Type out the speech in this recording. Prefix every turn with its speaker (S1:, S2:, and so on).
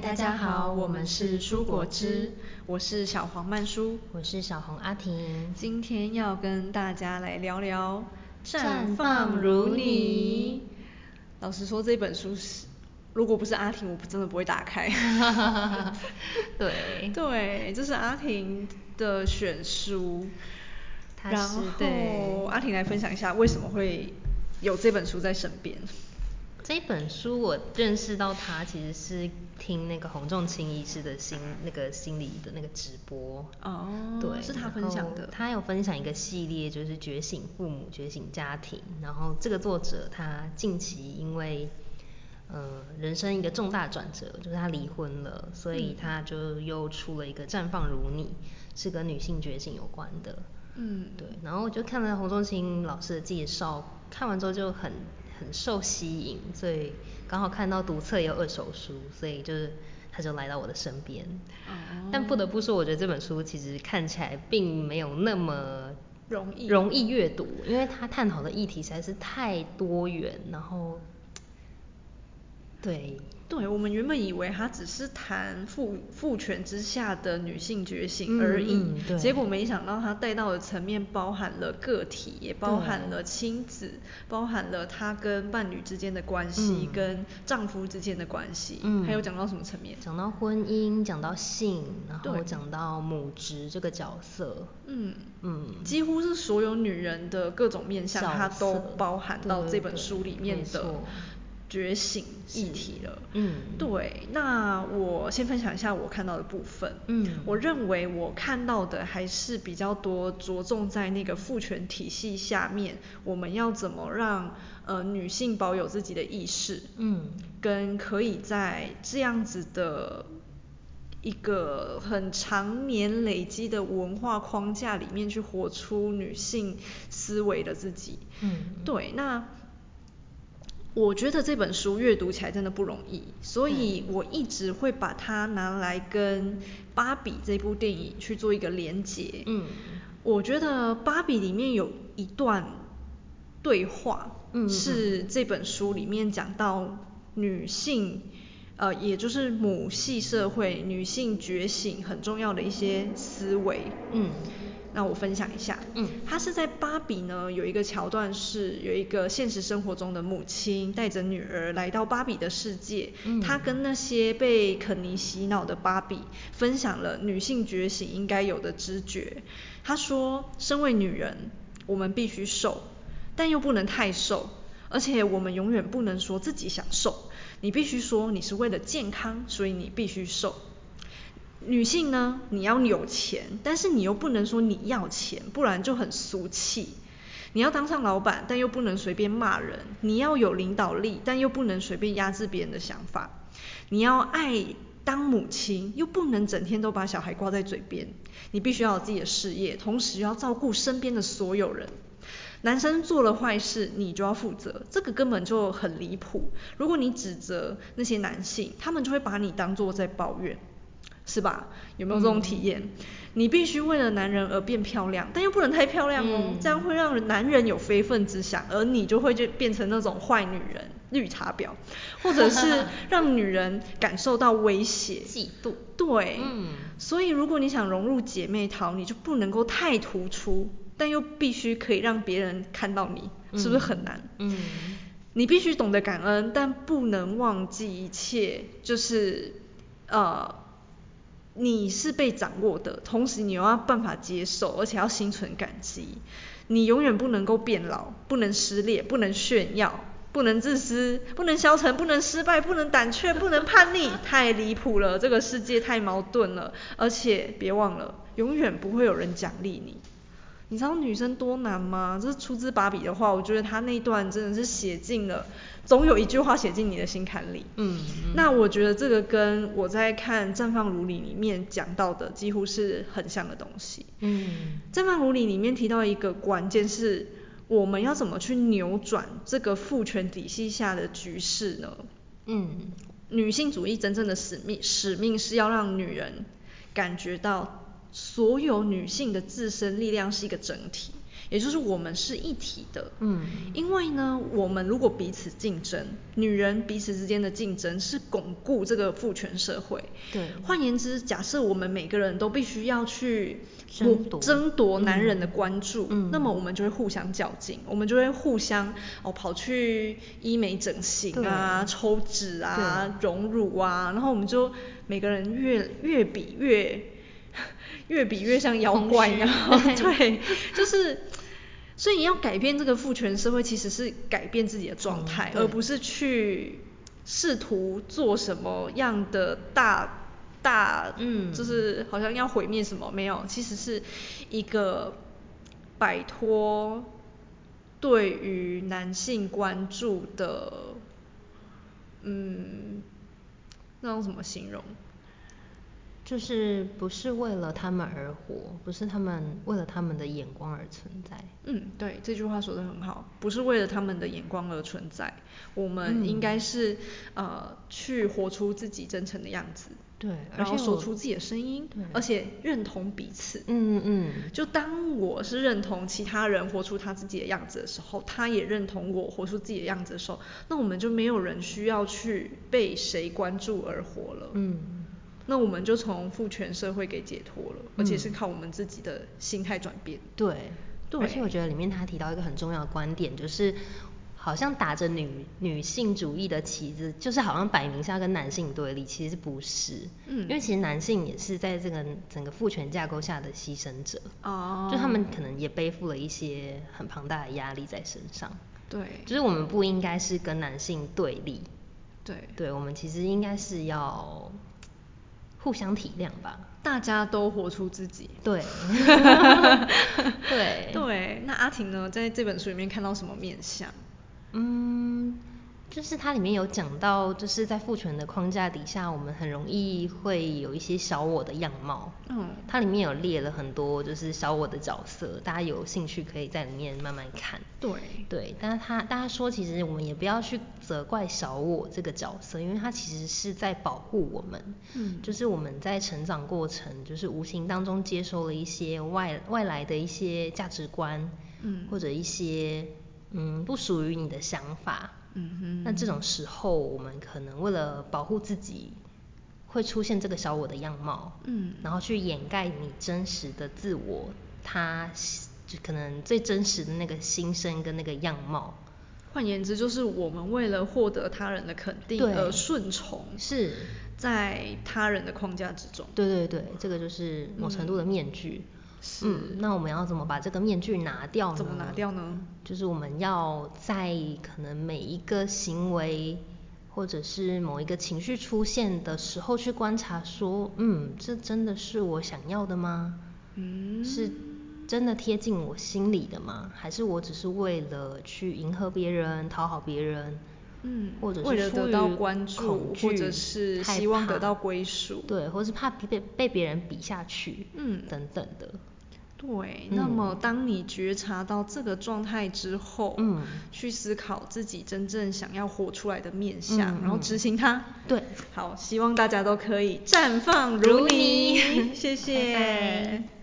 S1: 大家好，我们是蔬果汁，我是小黄曼舒，
S2: 我是小红阿婷。
S1: 今天要跟大家来聊聊《
S2: 绽放如你》。
S1: 老实说，这本书是，如果不是阿婷，我真的不会打开。
S2: 对
S1: 对，这是阿婷的选书。
S2: 她
S1: 然
S2: 是对
S1: 后阿婷来分享一下为什么会有这本书在身边。
S2: 这本书我认识到它其实是听那个洪仲卿医师的心那个心理的那个直播
S1: 哦
S2: 对，
S1: 是他
S2: 然
S1: 分享
S2: 后
S1: 的
S2: 他有分享一个系列，就是觉醒父母、觉醒家庭。然后这个作者他近期因为呃人生一个重大转折，就是他离婚了，所
S1: 嗯
S2: 以他就又出了一个《绽放如你》，是跟女性觉醒有关的。
S1: 嗯
S2: 对，然后我就看了洪仲卿老师的介绍，看完之后就很很受吸引，所以刚好看到读册也有二手书，所以就是他就来到我的身边。
S1: 哦
S2: 但不得不说，我觉得这本书其实看起来并没有那么
S1: 容易
S2: 容易阅读，因为它探讨的议题实在是太多元，然后对
S1: 对，我们原本以为它只是谈父父权之下的女性觉
S2: 嗯
S1: 醒而已，
S2: 嗯对
S1: 结果没想到它带到的层面包含了个体，也包含
S2: 对
S1: 了亲子，包含了她跟伴侣之间的关系，
S2: 嗯
S1: 跟丈夫之间的关系，
S2: 嗯
S1: 还有讲到什么层面？
S2: 讲到婚姻，讲到性，然后
S1: 对
S2: 讲到母职这个角色，
S1: 嗯
S2: 嗯，
S1: 几乎是所有女人的各种面
S2: 角
S1: 向，它都
S2: 色
S1: 包含到
S2: 对
S1: 这
S2: 对
S1: 本
S2: 对
S1: 书里
S2: 没
S1: 面的
S2: 错
S1: 觉醒议
S2: 是
S1: 题了。
S2: 嗯
S1: 对。那我先分享一下我看到的部分。
S2: 嗯
S1: 我认为我看到的还是比较多着重在那个父权体系下面，我们要怎么让呃女性保有自己的意识。
S2: 嗯
S1: 跟可以在这样子的一个很常年累积的文化框架里面去活出女性思维的自己。
S2: 嗯
S1: 对，那我觉得这本书阅读起来真的不容易，所以我一直会把它拿来跟《芭比》这部电影去做一个连结。
S2: 嗯，
S1: 我觉得《芭比》里面有一段对话，
S2: 嗯嗯嗯
S1: 是这本书里面讲到女性。呃，也就是母系社会女性觉醒很重要的一些思维。
S2: 嗯
S1: 那我分享一下，
S2: 嗯
S1: 它是在芭比呢有一个桥段是有一个现实生活中的母亲带着女儿来到芭比的世界，
S2: 嗯
S1: 她跟那些被肯尼洗脑的芭比分享了女性觉醒应该有的知觉。她说，身为女人，我们必须瘦，但又不能太瘦，而且我们永远不能说自己想瘦，你必须说你是为了健康，所以你必须瘦。女性呢，你要有钱，但是你又不能说你要钱，不然就很俗气。你要当上老板，但又不能随便骂人；你要有领导力，但又不能随便压制别人的想法；你要爱当母亲，又不能整天都把小孩挂在嘴边。你必须要有自己的事业，同时要照顾身边的所有人。男生做了坏事，你就要负责，这个根本就很离谱。如果你指责那些男性，他们就会把你当做在抱怨，是吧？有没有这种体验？你必须为了男人而变漂亮，但又不能太漂亮哦，
S2: 嗯
S1: 这样会让男人有非分之想，而你就会就变成那种坏女人、绿茶婊，或者 是让女人感受到威胁、
S2: 嫉妒
S1: 对，
S2: 嗯
S1: 所以如果你想融入姐妹淘，你就不能够太突出，但又必须可以让别人看到你，是不是很难？
S2: 嗯
S1: 你必须懂得感恩，但不能忘记一切，就是呃，你是被掌握的，同时你又要办法接受，而且要心存感激。你永远不能够变老，不能失恋，不能炫耀，不能自私，不能消沉，不能失败，不能胆怯，不能叛逆， 太离谱了！这个世界太矛盾了，而且别忘了，永远不会有人奖励你。你知道女生多难吗？这是出自芭比的话，我觉得她那一段真的是写进了，总有一句话写进你的心坎里。
S2: 嗯嗯
S1: 那我觉得这个跟我在看《绽放如你》里面讲到的几乎是很像的东西。
S2: 嗯
S1: 《绽放如你》里面提到一个关键是，我们要怎么去扭转这个父权体系下的局势呢？
S2: 嗯
S1: 女性主义真正的使命，使命是要让女人感觉到所有女性的自身力量是一个整体，也就是我们是一体的。
S2: 嗯
S1: 因为呢，我们如果彼此竞争，女人彼此之间的竞争是巩固这个父权社会。
S2: 对
S1: 换言之，假设我们每个人都必须要去
S2: 争
S1: 我
S2: 夺
S1: 争夺男人的
S2: 嗯
S1: 关注，
S2: 嗯
S1: 那么我们就会互相较劲，我们就会互相哦跑去医美整形啊、
S2: 对
S1: 抽脂啊、
S2: 对
S1: 隆乳啊，然后我们就每个人越越比越 越比越像妖
S2: 空
S1: 怪
S2: 虚，
S1: 一样 对，就是。所以你要改变这个父权社会，其实是改变自己的状态，
S2: 嗯对
S1: 而不是去试图做什么样的大大，
S2: 嗯
S1: 就是好像要毁灭什么，没有，其实是一个摆脱对于男性关注的，嗯，那用什么形容？
S2: 就是不是为了他们而活，不是他们为了他们的眼光而存在。
S1: 嗯，对，这句话说的很好，不是为了他们的眼光而存在，我们
S2: 嗯
S1: 应该是、呃去活出自己真诚的样子，
S2: 对而
S1: 然后
S2: 且
S1: 说
S2: 我
S1: 出自己的声音
S2: 对，
S1: 而且认同彼此。
S2: 嗯嗯
S1: 就当我是认同其他人活出他自己的样子的时候，他也认同我活出自己的样子的时候，那我们就没有人需要去被谁关注而活了。
S2: 嗯，
S1: 那我们就从父权社会给解脱了，而且是
S2: 嗯
S1: 靠我们自己的心态转变。
S2: 对，
S1: 对
S2: 而且我觉得里面他提到一个很重要的观点，就是好像打着女女性主义的旗子，就是好像摆明是要跟男性对立，其实不是。
S1: 嗯
S2: 因为其实男性也是在这个整个父权架构下的牺牲者。
S1: 哦
S2: 就他们可能也背负了一些很庞大的压力在身上。
S1: 对，
S2: 就是我们不应该是跟男性对立，
S1: 对
S2: 对我们其实应该是要互相体谅吧。
S1: 大家都活出自 己。
S2: 对，对，
S1: 对，那阿婷呢，在这本书里面看到什么面相？
S2: 嗯，就是它里面有讲到，就是在父权的框架底下，我们很容易会有一些小我的样貌。
S1: 嗯
S2: 它里面有列了很多就是小我的角色，大家有兴趣可以在里面慢慢看。
S1: 对
S2: 对，但是他大家说，其实我们也不要去责怪小我这个角色，因为他其实是在保护我们。
S1: 嗯
S2: 就是我们在成长过程，就是无形当中接收了一些外外来的一些价值观，
S1: 嗯
S2: 或者一些嗯不属于你的想法。
S1: 嗯哼
S2: 那这种时候，我们可能为了保护自己，会出现这个小我的样貌。
S1: 嗯
S2: 然后去掩盖你真实的自我，他就可能最真实的那个心声跟那个样貌。
S1: 换言之，就是我们为了获得他人的肯定
S2: 对
S1: 而顺从，
S2: 是，
S1: 在他人的框架之中。
S2: 对对对，这个就是某程度的面具。
S1: 是
S2: 嗯，那我们要怎么把这个面具拿掉呢？
S1: 怎么拿掉呢？
S2: 就是我们要在可能每一个行为或者是某一个情绪出现的时候，去观察说，嗯，这真的是我想要的吗？
S1: 嗯
S2: 是真的贴近我心里的吗？还是我只是为了去迎合别人、讨好别人？
S1: 嗯
S2: 或者是
S1: 为了
S2: 出
S1: 得
S2: 于
S1: 到关注
S2: 恐惧
S1: 或者是
S2: 害
S1: 希望得
S2: 怕
S1: 到归属
S2: 对，或是怕被被别人比下去，
S1: 嗯
S2: 等等的，
S1: 对，
S2: 嗯
S1: 那么当你觉察到这个状态之后，
S2: 嗯
S1: 去思考自己真正想要活出来的面向，
S2: 嗯
S1: 然后
S2: 嗯
S1: 执行它。
S2: 对，
S1: 好，希望大家都可以绽放如
S2: 如
S1: 你。
S2: 你
S1: 谢谢。
S2: 拜拜